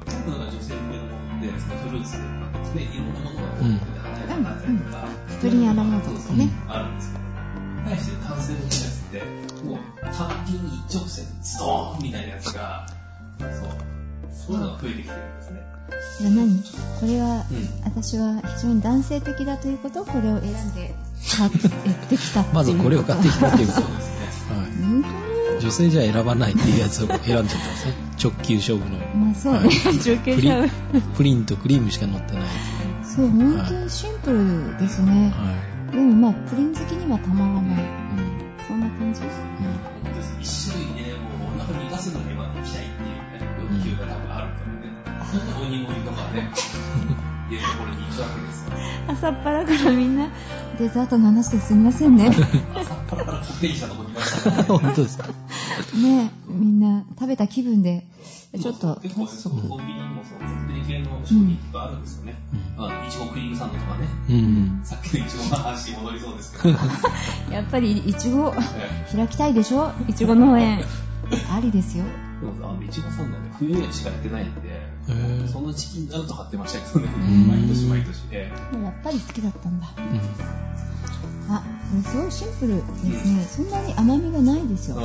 [SPEAKER 2] 僕なんか女性向けのものって、そのフルーツとか、ね、いろんなものが多くて、華やかになったりとか、
[SPEAKER 1] んプリンアラモードとかね
[SPEAKER 2] あるんですけど、対して男性向けのやつって、もう単品一直線、ズドーンみたいなやつが、そう、そういうのが増えてきてるんですね。
[SPEAKER 1] ー。いや、何これは、
[SPEAKER 2] うん
[SPEAKER 1] 私は非常に男性的だということをこれを選んで買ってきたっていう。
[SPEAKER 3] まずこれを買ってきたっていうこと
[SPEAKER 2] そうですね。
[SPEAKER 3] は
[SPEAKER 1] 本
[SPEAKER 3] い
[SPEAKER 1] 当
[SPEAKER 3] 女性じゃ選ばないっていうやつを選んじゃったんですね直球勝負の
[SPEAKER 1] にまあそうね、
[SPEAKER 3] はい
[SPEAKER 1] 中
[SPEAKER 3] プ
[SPEAKER 1] 継
[SPEAKER 3] リ
[SPEAKER 1] しゃう
[SPEAKER 3] ン。プリンとクリームしか乗ってない、
[SPEAKER 1] そう、本当にシンプルですね。
[SPEAKER 3] は
[SPEAKER 1] でもまあ、プリン好きにはたまらない。
[SPEAKER 3] いうん
[SPEAKER 1] そんな 感じ
[SPEAKER 3] うん
[SPEAKER 2] 一種類ね、もうお腹満たすのには行きたいっていうね、欲求が多分あるからね。そんな鬼盛りとかね、いうところに行くわけ ですよ。
[SPEAKER 1] 朝っぱらからみんな、デザートの話ですみませんね。
[SPEAKER 2] 朝っぱらからこってりしたとこにいましたね。
[SPEAKER 3] 本当ですか
[SPEAKER 1] ねえみんな食べた気分で、ちょっと、
[SPEAKER 2] 結構、そこコンビニにもそう、コンビニ系の商品とかあるんですよね。あの、いちごクリームサンドとかね。
[SPEAKER 3] うん、うん
[SPEAKER 2] さっきのいちごの話に戻りそうですけど。
[SPEAKER 1] やっぱりいちご、
[SPEAKER 2] え
[SPEAKER 1] 開きたいでしょいちご農園。ありですよ。
[SPEAKER 2] えでも、あの、いちごサンドはね、冬しかやってないんで、
[SPEAKER 3] えー
[SPEAKER 2] その時期になると買ってましたけどね。
[SPEAKER 3] ん
[SPEAKER 2] 毎年毎年で。
[SPEAKER 1] でもやっぱり好きだったんだ。
[SPEAKER 3] うん
[SPEAKER 1] あ、すごいシンプルですね。そんなに甘みがないですよ。
[SPEAKER 2] あ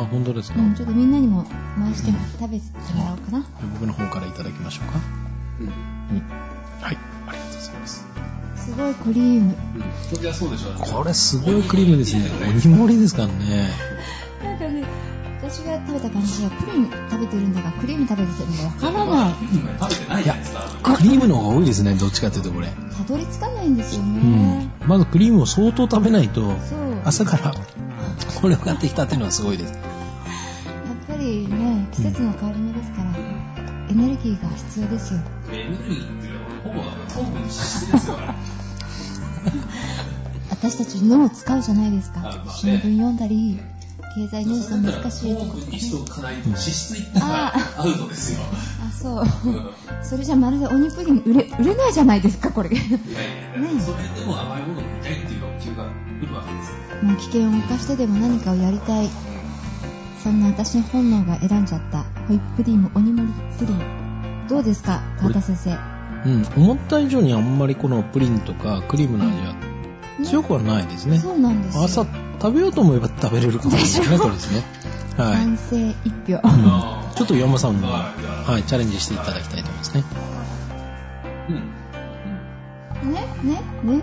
[SPEAKER 3] あ本当ですか、
[SPEAKER 1] うん、
[SPEAKER 3] じ
[SPEAKER 1] ち
[SPEAKER 3] ゃ
[SPEAKER 1] ょっとみんなにも回して食べてもらおうかな。
[SPEAKER 3] あ僕の方からいただきましょうか、
[SPEAKER 2] うん
[SPEAKER 3] うんはいありがとうございます
[SPEAKER 1] すごいクリーム。
[SPEAKER 2] うんそりゃそうでしょうね。
[SPEAKER 3] これすごいクリームですね鬼盛りですからね
[SPEAKER 1] なんかね、私が食べた感じではプリン食べてるんだかクリーム食べてるんだかわからない。
[SPEAKER 2] 食べてないじゃないですか。
[SPEAKER 3] クリームの方が多いですねどっちかっていうとこれ
[SPEAKER 1] たどり着かないんですよ
[SPEAKER 3] う
[SPEAKER 1] ね
[SPEAKER 3] ん。まずクリームを相当食べないと
[SPEAKER 1] そう。やっ
[SPEAKER 3] 朝からこれを買ってきたっていうのはすごいです
[SPEAKER 1] ぱりね、季節の変わり目ですから、エネルギーが必要ですよ。
[SPEAKER 2] エネルギーっていうのはほぼ糖分に質ですよ。あ
[SPEAKER 1] 私たち脳を使うじゃないです
[SPEAKER 2] あまあ
[SPEAKER 1] か
[SPEAKER 2] ね。
[SPEAKER 1] 新聞読んだり、経済ニュースの難しいと
[SPEAKER 2] 糖
[SPEAKER 1] ころ
[SPEAKER 2] 分
[SPEAKER 1] とかね
[SPEAKER 2] にしておかないと脂質いったらアウトですよ。
[SPEAKER 1] あ、そう。
[SPEAKER 2] うんいやい
[SPEAKER 1] それじゃまるで鬼プリン売れ、売れないじゃないですか、 これ。
[SPEAKER 2] やいやそれでも甘いものを見たいっていう欲求が来るわけですよ。
[SPEAKER 1] まあ危険を冒してでも何かをやりたい。そんな私の本能が選んじゃった、ホイップクリーム鬼盛りプリン。どうですか、川田先生。
[SPEAKER 3] うん、思った以上にあんまりこのプリンとかクリームの味は強くはないですね。
[SPEAKER 1] そうなんですよ。
[SPEAKER 3] 朝食べようと思えば食べれるかもしれないね、これですね。はい。
[SPEAKER 1] 男性一票。
[SPEAKER 2] あ
[SPEAKER 3] ちょっと山さんも、
[SPEAKER 2] はいじゃあ
[SPEAKER 3] はい、チャレンジしていただきたいと思いますね。
[SPEAKER 2] うん。うん。
[SPEAKER 1] ね、ね、ね。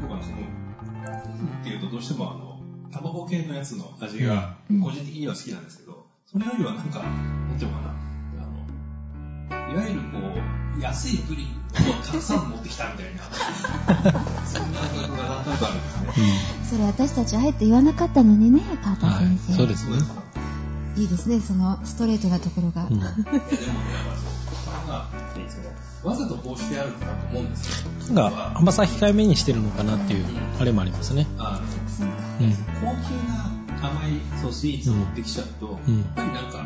[SPEAKER 2] 僕はその、うんっていうとどうしてもあの、卵系のやつの味が
[SPEAKER 1] うん
[SPEAKER 2] 個人的には好きなんですけど、それよりはなんか、なんていうのかな、あの、いわゆるこう、安いプリンをたくさん持ってきたみたい な、そんな感覚がなんとなくあるんですね。
[SPEAKER 1] それ私たちあえて言わなかったのにね、川
[SPEAKER 3] うん、
[SPEAKER 1] 田
[SPEAKER 3] はい
[SPEAKER 1] 先、生。。
[SPEAKER 3] そうですすね。
[SPEAKER 1] いいですね、そのストレートなところが。
[SPEAKER 3] うん、
[SPEAKER 2] いやでもね、やっぱそう、まあいいですねわざとこうしてあるんだと思うんですよ。
[SPEAKER 3] なんか甘さ控えめにしてるのかなっていうあれもありますね。
[SPEAKER 2] あの
[SPEAKER 1] そうか。
[SPEAKER 3] うん、
[SPEAKER 2] 高級な甘いそうスイーツを持ってきちゃうと、やっ
[SPEAKER 3] うん
[SPEAKER 2] ぱりなんか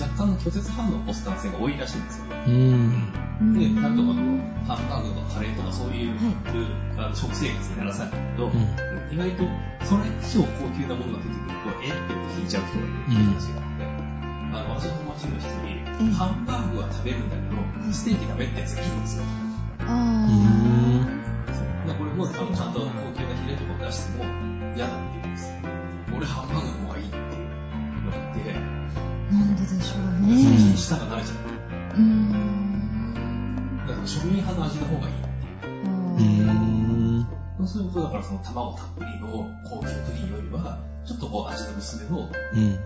[SPEAKER 2] 若干の拒絶反応を起こす男性が多いらしいんですよ。
[SPEAKER 3] うん、
[SPEAKER 1] うん
[SPEAKER 2] で、なんとかこう、ハンバーグとかカレーとかそういう、
[SPEAKER 1] はい
[SPEAKER 2] あの食生活にならされると、
[SPEAKER 3] うん、
[SPEAKER 2] 意外とそれ以上高級なものが出てくると、えって引いちゃう人がいるっていう話があって、あの、私の友達の一
[SPEAKER 1] ええ
[SPEAKER 2] 人、ハンバーグは食べるんだけど、ステーキダメってやつがいるんですよ。
[SPEAKER 1] あ
[SPEAKER 2] でこれもあのちゃんと高級なヒレとかを出しても嫌だって言うんですよ俺ハンバーグの方がいいっていうのが
[SPEAKER 1] あ、なんででしょう
[SPEAKER 2] あって、最近
[SPEAKER 1] ね。
[SPEAKER 2] 舌が慣れちゃって
[SPEAKER 1] うーん。
[SPEAKER 2] だから庶民派の味の方がいいっていう
[SPEAKER 3] うーん。
[SPEAKER 2] そうするとだからその卵たっぷりの高級プリンよりはちょっとこう味の薄め
[SPEAKER 3] う
[SPEAKER 2] の
[SPEAKER 3] ん。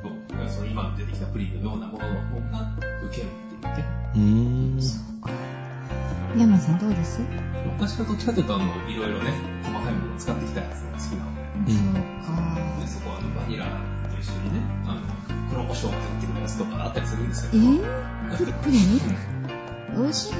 [SPEAKER 2] その今出てきたプリンのようなものの方が受けるっていうね
[SPEAKER 3] うーん。
[SPEAKER 1] そうか。山さんどうです、
[SPEAKER 2] 私はどっちかというとあのいろいろね細かいものを使ってきたやつが好きなので
[SPEAKER 3] うん
[SPEAKER 1] そうか。
[SPEAKER 2] でそこはあのバニラと一緒にねあの黒胡椒が入ってるやつとかあったりするんです
[SPEAKER 1] え
[SPEAKER 2] けど
[SPEAKER 1] ー、ププリン美味しいの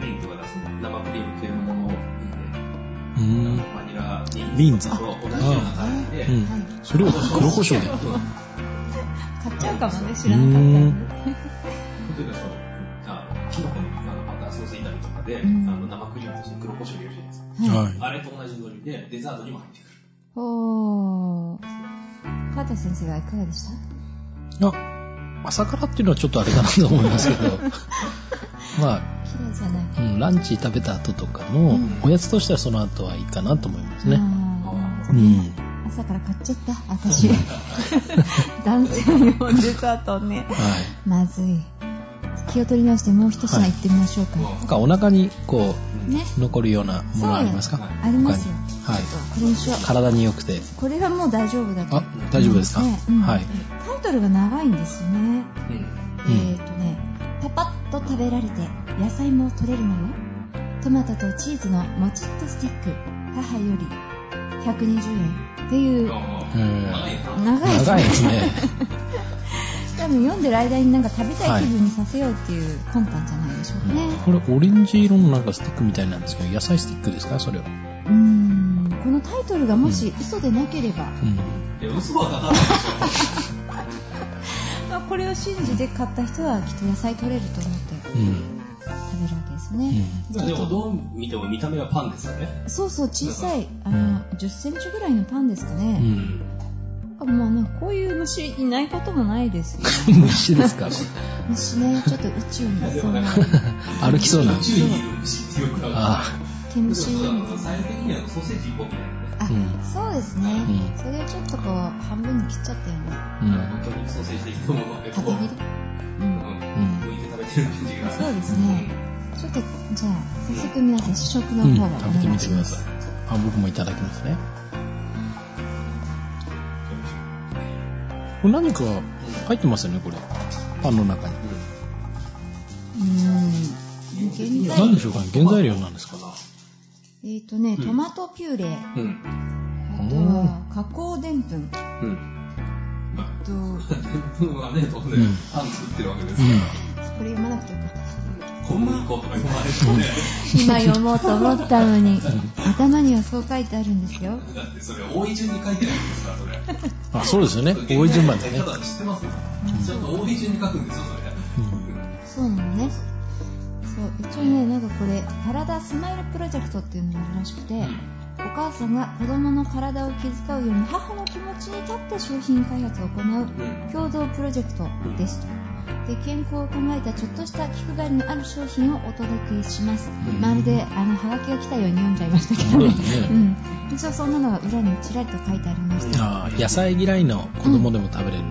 [SPEAKER 2] プリンとかだその生クリーム系のものを
[SPEAKER 3] う
[SPEAKER 2] 飲ん
[SPEAKER 3] ん
[SPEAKER 2] で、。バニラ
[SPEAKER 3] ビーンズ
[SPEAKER 2] と同じような感じで、
[SPEAKER 3] うん
[SPEAKER 1] はい。
[SPEAKER 3] それを黒胡椒で。
[SPEAKER 1] 買っちゃうかもね、知らなかったんで。
[SPEAKER 2] 例えばその、あキノコのあのバターソース炒めとかで、
[SPEAKER 1] うん
[SPEAKER 2] あの生クリームとして黒胡椒入れるじゃないですか。
[SPEAKER 1] はい。
[SPEAKER 3] は
[SPEAKER 2] あれと同じノリで、デザートにも入ってくる。
[SPEAKER 1] おー。加藤先生はいかがでした
[SPEAKER 3] い。あ、朝からっていうのはちょっとあれかなと思いますけど。
[SPEAKER 1] 綺麗
[SPEAKER 3] ま
[SPEAKER 1] じゃない。
[SPEAKER 3] あ、うん、ランチ食べた後とかの
[SPEAKER 1] うん、
[SPEAKER 3] おやつとしてはその後はいいかなと思いますね。
[SPEAKER 1] あー
[SPEAKER 3] うん。
[SPEAKER 1] 朝から買っちゃった、私。男性用デザートね。
[SPEAKER 3] はい。
[SPEAKER 1] まずい。気を取り直してもう一品行ってみましょうか。
[SPEAKER 2] わ
[SPEAKER 3] なんかお腹にこ
[SPEAKER 2] うん
[SPEAKER 1] ね。
[SPEAKER 3] う、残るようなものはありますか
[SPEAKER 2] そうよ
[SPEAKER 1] ありますよ。
[SPEAKER 3] はい。
[SPEAKER 1] これにしよう。
[SPEAKER 3] 体に良くて。
[SPEAKER 1] これはもう大丈夫だと
[SPEAKER 3] あ。、大丈夫ですか
[SPEAKER 1] ねうん
[SPEAKER 3] はい。
[SPEAKER 1] タイトルが長いんですよね。
[SPEAKER 2] うん。
[SPEAKER 1] えーとね、パパッと食べられて野菜も取れるのよ。トマトとチーズのもちっとスティック、母より120円っていう、
[SPEAKER 3] うん
[SPEAKER 2] 長いよな
[SPEAKER 1] 長いです
[SPEAKER 3] 長い
[SPEAKER 1] ね。
[SPEAKER 3] ですね。
[SPEAKER 1] 多分読んでる間になんか食べたい気分にさせようっていう魂胆じゃないでしょうかね。
[SPEAKER 3] これオレンジ色のなんかスティックみたいなんですけど、野菜スティックですかそれは。
[SPEAKER 1] うーん、このタイトルがもし嘘でなければ、
[SPEAKER 3] うん。
[SPEAKER 2] いや、嘘はかかんないでし
[SPEAKER 1] まあこれを信じて買った人はきっと野菜取れると思って
[SPEAKER 3] うん。
[SPEAKER 1] 食べるわけです
[SPEAKER 3] う
[SPEAKER 1] ね。
[SPEAKER 3] ん。
[SPEAKER 2] ょ。でも、どう見ても見た目はパンですよね。
[SPEAKER 1] そうそう、小さい、あの、10センチぐらいのパンですか
[SPEAKER 3] う
[SPEAKER 1] ね。
[SPEAKER 3] ん。
[SPEAKER 1] まあ、なんかこういう虫いないこともないですよね。
[SPEAKER 3] 虫ですか
[SPEAKER 1] 虫ね、ちょっと宇宙にいそうな。
[SPEAKER 3] 歩きそうな
[SPEAKER 2] 宇。宙にいる牛ってよく
[SPEAKER 3] あ
[SPEAKER 2] あ
[SPEAKER 1] 毛
[SPEAKER 2] る。でも
[SPEAKER 1] 虫
[SPEAKER 2] そうだ
[SPEAKER 1] み
[SPEAKER 2] な
[SPEAKER 1] たい
[SPEAKER 2] 最終的にはソーセージ1個みたいなね。
[SPEAKER 1] な。あ、
[SPEAKER 3] うん
[SPEAKER 1] そうですね
[SPEAKER 3] う。ん
[SPEAKER 1] それをちょっとこう、半分に切っちゃったよね。
[SPEAKER 3] あ。うん。
[SPEAKER 2] 魚肉ソーセージ的なものをね、
[SPEAKER 1] 縦
[SPEAKER 2] こ
[SPEAKER 1] 切
[SPEAKER 2] う
[SPEAKER 1] り。うん。
[SPEAKER 2] うん。剥いて食べてる感じが。
[SPEAKER 1] そうですね。ちょっと、じゃあ、早速皆さん試食の
[SPEAKER 3] うん
[SPEAKER 1] 方をお
[SPEAKER 3] 食べて
[SPEAKER 1] 願
[SPEAKER 3] み
[SPEAKER 1] い
[SPEAKER 3] て
[SPEAKER 1] し
[SPEAKER 3] く
[SPEAKER 1] ま
[SPEAKER 3] だ
[SPEAKER 1] す
[SPEAKER 3] さい。。あ、僕もいただきますね。これ何か入ってますよね、これ。パンの中に。
[SPEAKER 1] うーん。原
[SPEAKER 3] 何
[SPEAKER 1] 材
[SPEAKER 3] でしょうかね原材料なんですか
[SPEAKER 1] えっ、とね、
[SPEAKER 2] うん
[SPEAKER 1] トマトピューレ、あ
[SPEAKER 2] うん。
[SPEAKER 1] とは加工でんぷん、あ
[SPEAKER 2] うん。まあ、
[SPEAKER 1] と、
[SPEAKER 2] でんぷんはね、当然
[SPEAKER 3] うん、
[SPEAKER 2] パン作ってるわけです
[SPEAKER 3] う
[SPEAKER 2] から、
[SPEAKER 3] ん。
[SPEAKER 1] これ読まなくてよかった。
[SPEAKER 2] 小麦粉とか言われてもね、
[SPEAKER 1] 今読もうと思ったのに、頭にはそう書いてあるんですよ。
[SPEAKER 2] だってそれ、多い順に書いてないんですから、それ。
[SPEAKER 3] あ、そうですよね。多い順番でね
[SPEAKER 2] た。だ知ってますちゃんと多い順に書くんですよ、それ。
[SPEAKER 3] う
[SPEAKER 1] そうなのね。そう、一応ね、なんかこれ、体スマイルプロジェクトっていうのがあるらしくて、お母さんが子供の体を気遣うように母の気持ちに立って商品開発を行う
[SPEAKER 2] うん。うん。
[SPEAKER 1] 共同プロジェクトですと。で健康を考えたちょっとした気配りのある商品をお届けします、
[SPEAKER 3] うん
[SPEAKER 1] まるであのハガキが来たように読んじゃいましたけどね、う
[SPEAKER 3] ね。
[SPEAKER 1] ん、一応そんなのが裏にちらりと書いてありました、
[SPEAKER 3] あー野菜嫌いの子供でも食べれる。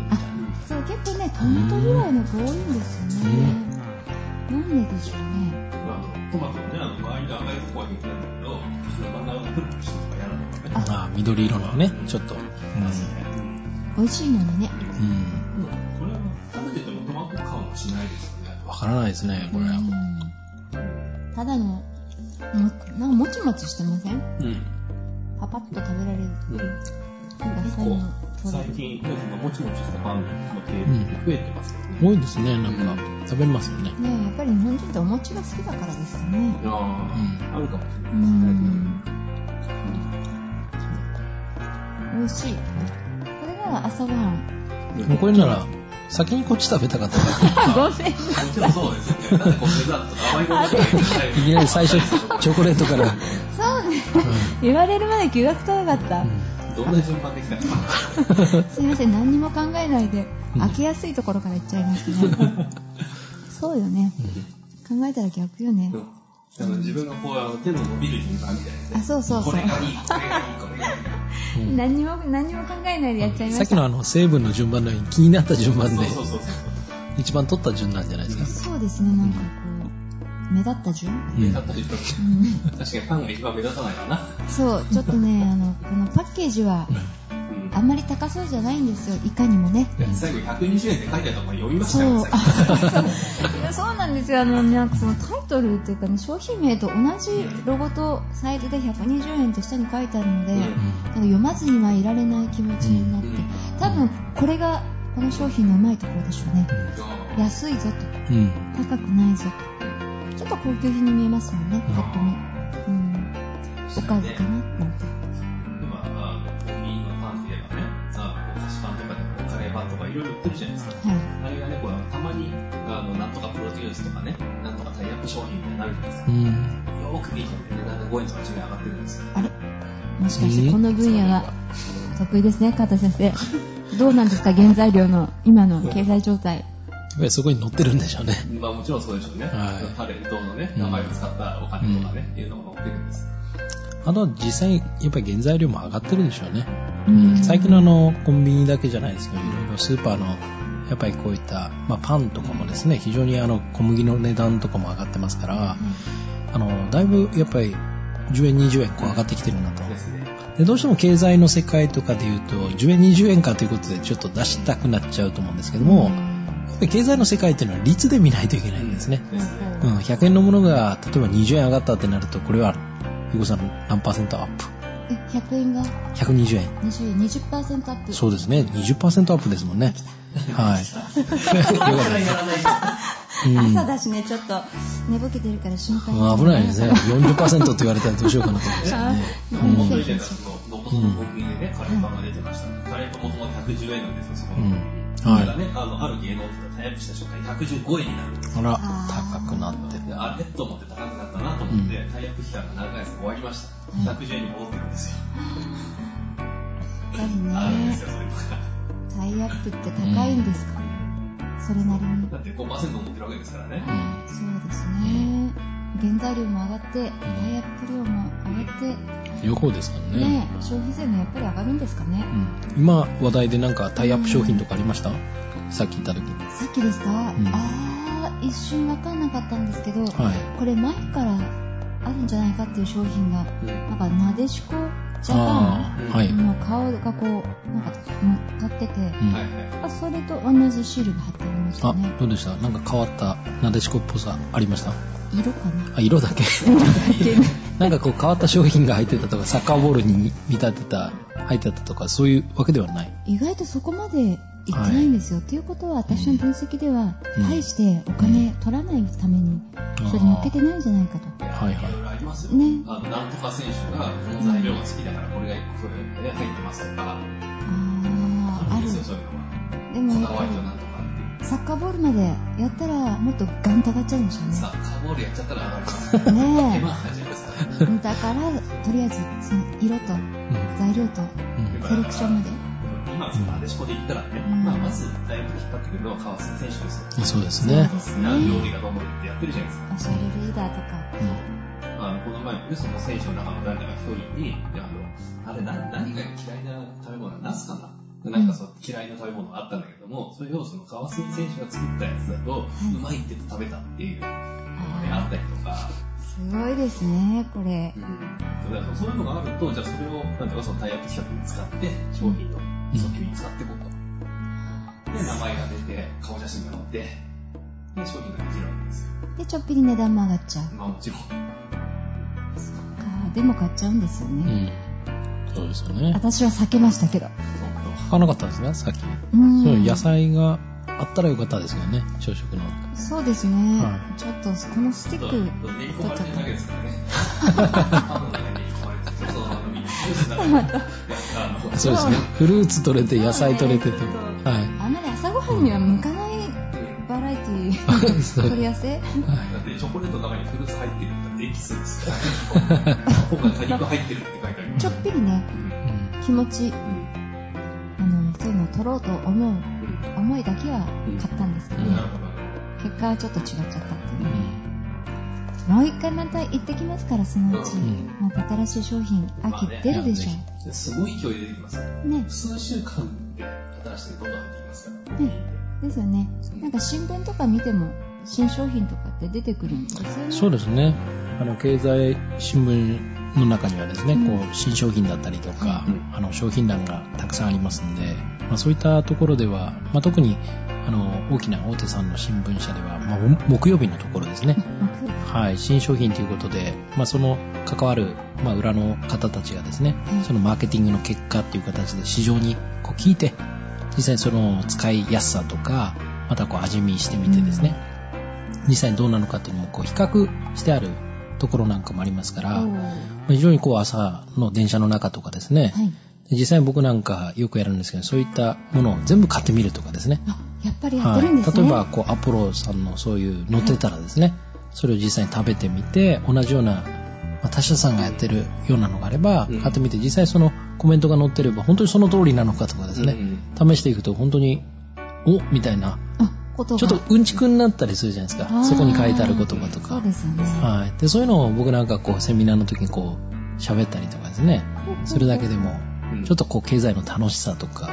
[SPEAKER 1] そう結構ねトマト嫌いの子多いんですよね、なんででしょうね
[SPEAKER 2] まあ、トマトのね、あの周りの赤いとこは平気なんだけど、真ん中のプルプルしてとかやらないとね。
[SPEAKER 3] あー緑色のね、ちょっと。う
[SPEAKER 1] 美味しいのにね
[SPEAKER 3] ん。うん。
[SPEAKER 2] うんこれは食べててもトマト感はしないですよね。
[SPEAKER 3] わからないですね、これ。
[SPEAKER 1] うんただのもなんかもちもちしてません
[SPEAKER 2] うん。
[SPEAKER 1] パパッと食べられる
[SPEAKER 2] うん。
[SPEAKER 1] 野
[SPEAKER 2] 結
[SPEAKER 1] 菜
[SPEAKER 2] 構
[SPEAKER 1] の取れ
[SPEAKER 2] 最
[SPEAKER 1] る
[SPEAKER 2] 近、こういうのがもちもちしたパンの系って増えてますよね。
[SPEAKER 3] 多いですね、なんか。食べますよね。
[SPEAKER 1] ねやっぱり日本人ってお餅が好きだからですかね
[SPEAKER 2] ああるかもしれない。
[SPEAKER 1] うん美味しいこれなら朝ごはん
[SPEAKER 3] もうこれなら、先にこっち食べたか ったか
[SPEAKER 1] ごめん
[SPEAKER 2] もちろんそうですよね。なんでこうデザートとか甘いものとか言ってな
[SPEAKER 3] ら。
[SPEAKER 2] い
[SPEAKER 3] いきなり最初、チョコレートから。
[SPEAKER 1] 言われるまで気がつかなかった、
[SPEAKER 3] うん
[SPEAKER 2] どんな順番できたの
[SPEAKER 1] すいません何にも考えないで開けやすいところからいっちゃいましたねそうよね考えたら逆よね
[SPEAKER 2] あの自分がこう手の伸びる順番みたいな
[SPEAKER 1] あそうそうそう
[SPEAKER 2] これがいいこれがいいこれがいい
[SPEAKER 3] うん
[SPEAKER 1] 何にも何にも考えないでやっちゃいま
[SPEAKER 3] さっ
[SPEAKER 1] し
[SPEAKER 3] きのあの成分の順番のように気になった順番で
[SPEAKER 2] そうそうそうそう
[SPEAKER 3] 一番取った順なんじゃないです
[SPEAKER 1] た
[SPEAKER 3] か
[SPEAKER 1] そうですねなんかこう目立った順、
[SPEAKER 3] うん
[SPEAKER 2] 目立ったりとか
[SPEAKER 1] うん
[SPEAKER 2] 確かにパンが一番目立たないかな
[SPEAKER 1] そうちょっと ねあのこのパッケージは
[SPEAKER 2] うん
[SPEAKER 1] あんまり高そうじゃないんですよいかにもね
[SPEAKER 2] いや最後120円って書いてあったの読みまし
[SPEAKER 1] そ
[SPEAKER 2] た
[SPEAKER 1] う
[SPEAKER 2] よ最後
[SPEAKER 1] あそういやそうなんですよあのなんかそのタイトルっていうかね商品名と同じロゴとサイズで120円と下に書いてあるので、
[SPEAKER 2] うん
[SPEAKER 1] なんか読まずにはいられない気持ちになって、
[SPEAKER 2] うん
[SPEAKER 1] 多分これがこの商品のうまいところでしょうね
[SPEAKER 2] うん
[SPEAKER 1] 安いぞ
[SPEAKER 3] うんうん
[SPEAKER 1] と高くないぞとちょっと高級品に見えますもんねパッと見、うん、おかずかなって思って
[SPEAKER 2] 今、あコンビニのパンといえばね、あこう菓子パンとかでもカレーパンとかいろいろ売ってるじゃないですか。
[SPEAKER 1] はい
[SPEAKER 2] あれがね、こうたまにあのなんとかプロデュースとかね、なんとかタイアップ商品みたいになるじゃないですか。
[SPEAKER 3] うん
[SPEAKER 2] よく見るとね、値段が5円とか10円上がってるんですよ。
[SPEAKER 1] あれもしかしてこの分野は得意ですね片先生 どうなんですか原材料の今の経済状態
[SPEAKER 3] やっぱりそこに乗ってるんでしょうね
[SPEAKER 2] まあもちろんそうでしょうね。
[SPEAKER 3] はい
[SPEAKER 2] タレントのね、名前を使ったお金とかね、いうのが載ってるんです。
[SPEAKER 3] あとは実際やっぱり原材料も上がってるんでしょうね
[SPEAKER 1] うん
[SPEAKER 3] 最近のあのコンビニだけじゃないですけどいろいろスーパーのやっぱりこういった、まあ、パンとかもですね非常にあの小麦の値段とかも上がってますからあのだいぶやっぱり10円20円こう上がってきてるなと
[SPEAKER 2] ですね。
[SPEAKER 3] でどうしても経済の世界とかで言うと10円20円かということでちょっと出したくなっちゃうと思うんですけどもやっぱり経済の世界っていうのは率で見ないといけないんですね、
[SPEAKER 2] ですね。
[SPEAKER 3] うん、100円のものが例えば20円上がったってなるとこれはゆこさん何パーセントアップ
[SPEAKER 1] え100円が
[SPEAKER 3] 120円
[SPEAKER 1] 20円20%アップ
[SPEAKER 3] そうですね20%アップですもんねはいよかったです
[SPEAKER 1] 朝だしねちょっと寝ぼけてるから心配
[SPEAKER 3] うん危ないですね40%って言われたらどうしようかなと思うんですけど
[SPEAKER 1] あ
[SPEAKER 3] ね
[SPEAKER 1] ー
[SPEAKER 3] うん
[SPEAKER 2] 本当にね、その、元々コンビニでね、カレーパンが出てました、カレーパンもともと110円なんですよ、そこの。
[SPEAKER 3] うんはい
[SPEAKER 2] だからね、あの、ある芸能人がタイアップした瞬間に115円になる。
[SPEAKER 3] あら
[SPEAKER 1] あー
[SPEAKER 3] 高くなってる
[SPEAKER 2] であれと思って高くなったなと思って、タイアップ期間が何ヶ月か終わりました。110円に戻ってるんですよ。
[SPEAKER 1] やっぱり
[SPEAKER 2] あるんです
[SPEAKER 1] ね
[SPEAKER 2] よ、そういうのが。
[SPEAKER 1] タイアップって高いんですか、それなりに
[SPEAKER 2] だって5%持ってるわけですからね。
[SPEAKER 3] うん
[SPEAKER 1] そうですね原材料も上がってタイアップ量も上がって
[SPEAKER 3] 両方ですからね
[SPEAKER 1] ね消費税もやっぱり上がるんですかね
[SPEAKER 3] うん今話題でなんかタイアップ商品とかありましたさっき言った時に
[SPEAKER 1] さっきですか、
[SPEAKER 3] うん
[SPEAKER 1] あー一瞬分かんなかったんですけど、
[SPEAKER 3] はい
[SPEAKER 1] これ前からあるんじゃないかっていう商品がなんかなでしこジャパ
[SPEAKER 3] あーはい
[SPEAKER 1] ンの顔がこうなんか乗っかってて、
[SPEAKER 3] うん
[SPEAKER 2] はいはい。
[SPEAKER 1] あそれと同じシールが貼ってありました
[SPEAKER 3] あ
[SPEAKER 1] ね
[SPEAKER 3] どうでしたなんか変わったなでしこっぽさありました
[SPEAKER 1] 色かな
[SPEAKER 3] あ色だけなんかこう変わった商品が入ってたとかサッカーボールに見立てた入ってたとかそういうわけではない
[SPEAKER 1] 意外とそこまでいってないんですよ、っていうことは私の分析では、
[SPEAKER 3] うん
[SPEAKER 1] 大してお金取らないためにそれ乗っけてないんじゃないかと
[SPEAKER 3] はいはい
[SPEAKER 2] いろいろありますよ。
[SPEAKER 1] ね
[SPEAKER 2] あの、なんとか選手が、この材料が好きだから、これが1個それで入ってますとか、
[SPEAKER 1] あー
[SPEAKER 2] あ
[SPEAKER 1] あ
[SPEAKER 2] るんですよ、
[SPEAKER 1] る
[SPEAKER 2] そういう
[SPEAKER 1] で
[SPEAKER 2] のが。
[SPEAKER 1] もや
[SPEAKER 2] こだ
[SPEAKER 1] っ
[SPEAKER 2] わりと
[SPEAKER 1] ぱ
[SPEAKER 2] なんとかっていう。
[SPEAKER 1] りサッカーボールまでやったらもっとガンと上がっちゃうんでしょうね
[SPEAKER 2] さあ、カーボールやっちゃったら上がります。 手
[SPEAKER 1] ね
[SPEAKER 2] 間かかっちゃいますから。
[SPEAKER 1] えだからとりあえずその色と材料と
[SPEAKER 3] うん
[SPEAKER 1] セレクションまで
[SPEAKER 2] 今、そのなでしこで言ったらね、
[SPEAKER 1] うん
[SPEAKER 2] まあ、まずだいぶ引っ張ってくるのは川瀬選手ですよ。
[SPEAKER 3] うんそうです
[SPEAKER 1] そう
[SPEAKER 3] ね
[SPEAKER 1] ですね
[SPEAKER 2] 料理がどんどんってやってるじゃないですか。
[SPEAKER 1] おしゃれリーダーとか
[SPEAKER 3] うん
[SPEAKER 2] まあ、この前もね、その選手の中の誰かが一人に、いやあの、あれ何、何が嫌いな食べ物はナスかななんかそう、嫌いな食べ物があったんだけども、それをその川瀬選手が作ったやつだと、
[SPEAKER 1] いう
[SPEAKER 2] まいって言って食べたっていうのがね、あ
[SPEAKER 1] あ
[SPEAKER 2] ったりとか、
[SPEAKER 1] ーすごいですねこれ
[SPEAKER 2] だからそういうのがあると、じゃあそれを、なんていうかそのタイアップ企画に使って、商品の訴求に使っていこうと。で、名前が出て、顔写真が載って、で、商品ができるわけですよ。
[SPEAKER 1] でちょっぴり値段も上がっちゃう
[SPEAKER 2] まあもちろん。
[SPEAKER 1] かでも買っちゃうんですよ
[SPEAKER 3] う
[SPEAKER 1] ね、
[SPEAKER 3] んそうですよね
[SPEAKER 1] 私は避けましたけど
[SPEAKER 3] 書かなかったんですねさっき
[SPEAKER 1] うん
[SPEAKER 3] そういう野菜があったらよかったですけどね朝食の
[SPEAKER 1] そうですね、
[SPEAKER 3] は
[SPEAKER 1] ちょっとこのスティ
[SPEAKER 2] そ
[SPEAKER 1] ッ
[SPEAKER 2] うそう
[SPEAKER 1] ク
[SPEAKER 2] 練り込まれてるだけですからね。パンの中に練り込まれてる。そう、あの、みんなジュースの中に。いやあの
[SPEAKER 3] そうですねフルーツ取れて野菜取れてて
[SPEAKER 1] そうね
[SPEAKER 3] は
[SPEAKER 1] あんまり朝ごはんには向かないバラエティー
[SPEAKER 3] い そう
[SPEAKER 1] 取り寄せ
[SPEAKER 3] はい
[SPEAKER 2] だってチョコレートの中にフルーツ入ってるってエキスですから。今回果肉入ってるって書いてありま
[SPEAKER 1] ち
[SPEAKER 2] す。
[SPEAKER 1] ょっぴりね
[SPEAKER 2] うん
[SPEAKER 3] うん
[SPEAKER 1] 気持ち、あの、そういうのを取ろうと思う思いだけは買ったんですけど、
[SPEAKER 3] う。
[SPEAKER 2] なるほど。
[SPEAKER 1] 結果はちょっと違っちゃったっていううんもう一回また行ってきますから、そのうち。
[SPEAKER 3] ん
[SPEAKER 1] また新しい商品、秋出るでし
[SPEAKER 3] ま
[SPEAKER 1] ょ。
[SPEAKER 2] すごい勢いで出てきます。
[SPEAKER 1] ね。
[SPEAKER 2] 数週間で新しいのどんどん入ってきますから。
[SPEAKER 1] ねですよね。なんか新聞とか見ても、新商品とかって出てくるんですよね。
[SPEAKER 3] そう
[SPEAKER 1] う
[SPEAKER 3] ですね。あの、経済新聞の中にはですね、
[SPEAKER 1] うん
[SPEAKER 3] こう、新商品だったりとか、
[SPEAKER 2] うん
[SPEAKER 3] あの、商品欄がたくさんありますんで、まあ、そういったところでは、まあ、特に、あの、大きな大手さんの新聞社では、まあ、お木曜日のところですね。はい、新商品ということで、まあ、その関わる、まあ、裏の方たちがですね、
[SPEAKER 1] うん
[SPEAKER 3] そのマーケティングの結果っていう形で市場にこう聞いて、実際にその使いやすさとか、またこう味見してみてですね、実際にどうなのかっていうのもこう比較してあるところなんかもありますから、
[SPEAKER 1] おー
[SPEAKER 3] ま
[SPEAKER 1] は
[SPEAKER 3] あ非常にこう朝の電車の中とかですね、
[SPEAKER 1] い。
[SPEAKER 3] 実際に僕なんかよくやるんですけど、そういったものを全部買ってみるとかですね、
[SPEAKER 1] あ、やっぱりやっ
[SPEAKER 3] は
[SPEAKER 1] てるんです
[SPEAKER 3] い、
[SPEAKER 1] ね。
[SPEAKER 3] 例えばこうアポロさんのそういう乗ってたらですね、それを実際に食べてみて同じような、まあ他社さんがやってるようなのがあれば、
[SPEAKER 2] うん
[SPEAKER 3] 買ってみて実際そのコメントが載ってれば本当にその通りなのかとかですね、試していくと本当におみたいな
[SPEAKER 1] あ、ことが
[SPEAKER 3] ちょっとうんちくになったりするじゃないです
[SPEAKER 1] あー
[SPEAKER 3] かそこに書いてある言葉
[SPEAKER 1] そ
[SPEAKER 3] とか
[SPEAKER 1] うですよね。
[SPEAKER 3] はい、でそういうのを僕なんかこうセミナーの時にこう喋ったりとかですねそれだけでも
[SPEAKER 2] うん
[SPEAKER 3] ちょっとこう経済の楽しさとか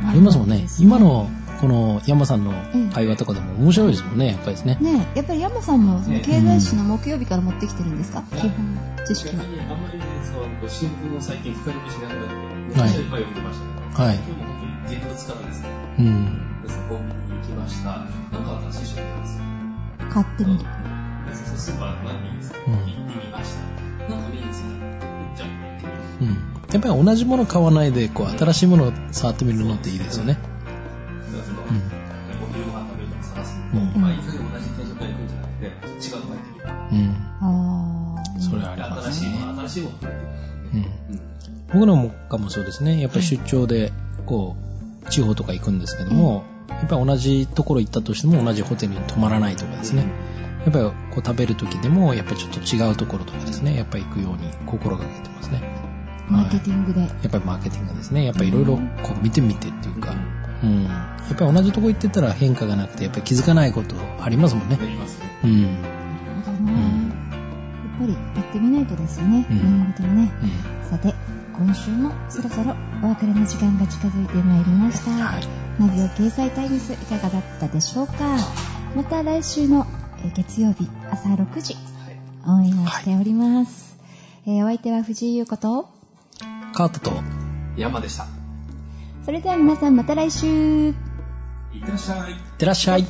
[SPEAKER 1] あ
[SPEAKER 3] ありますもんね。今。
[SPEAKER 1] なるほ
[SPEAKER 3] のこの山さんの会話とかでも面白いですもんね、やっぱりですね
[SPEAKER 1] ど。ねやっぱり山さんもその
[SPEAKER 2] ね
[SPEAKER 1] 経済誌の木曜日から持ってきてるんですか
[SPEAKER 2] うん
[SPEAKER 1] 基本知識は。
[SPEAKER 2] あんまりね、そう、新聞を最近深読みしなくなって、めっちゃいっぱい読んでましたけど、
[SPEAKER 3] はい
[SPEAKER 2] 今日も本当に現物からですね、
[SPEAKER 3] うん。
[SPEAKER 2] でそのコンビニに行きました、なんか新しい商品なんですよ。
[SPEAKER 1] 買ってみる。
[SPEAKER 2] でそのスーパー何でいいんですか、
[SPEAKER 3] うん
[SPEAKER 2] 行ってみました。なんか目についた。じゃあ、行ってみよう
[SPEAKER 3] うん。やっぱり同じもの買わないで、こう、新しいものを触ってみるのっていいですよね。
[SPEAKER 2] だからその、
[SPEAKER 3] うん
[SPEAKER 2] お昼ご飯食べるとか探すの
[SPEAKER 3] う
[SPEAKER 2] も、
[SPEAKER 3] ん
[SPEAKER 2] まあ、いかに同じ定食屋行くんじゃなくて、違うとこ行ってみる。
[SPEAKER 3] うん。
[SPEAKER 1] ああ。
[SPEAKER 3] それはありま
[SPEAKER 2] 新
[SPEAKER 3] す
[SPEAKER 2] しいも
[SPEAKER 3] ね。
[SPEAKER 2] の、新しいもの。
[SPEAKER 3] うん。
[SPEAKER 2] うん。
[SPEAKER 3] 僕のもかもそうですね。やっぱり出張で、こう、地方とか行くんですけども、やっぱり同じところ行ったとしても同じホテルに泊まらないとかですね。やっぱりこう食べる時でも、やっぱりちょっと違うところとかですね、やっぱり行くように心がけてますね。
[SPEAKER 1] マーケティングで。
[SPEAKER 3] やっぱりマーケティングですね。やっぱりいろいろこう見てみてっていうか、うん。やっぱり同じとこ行ってたら変化がなくて、やっぱり気づかないことありますもんね
[SPEAKER 2] や。りますね。
[SPEAKER 3] うん。うん。
[SPEAKER 1] なるほどね。やっぱり行ってみないとですよね。
[SPEAKER 3] うん
[SPEAKER 1] 何事もね。さて、今週もそろそろお別れの時間が近づいてまいりました。
[SPEAKER 3] はい。
[SPEAKER 1] ナビオ経済タイムスいかがだったでしょうかまた来週のえー月曜日朝6時、応援をしております。えーお相手は藤井優子と、
[SPEAKER 3] カートと、
[SPEAKER 2] 山でした。
[SPEAKER 1] それでは皆さんまた来週
[SPEAKER 2] いってらっしゃい。
[SPEAKER 3] いってらっしゃい。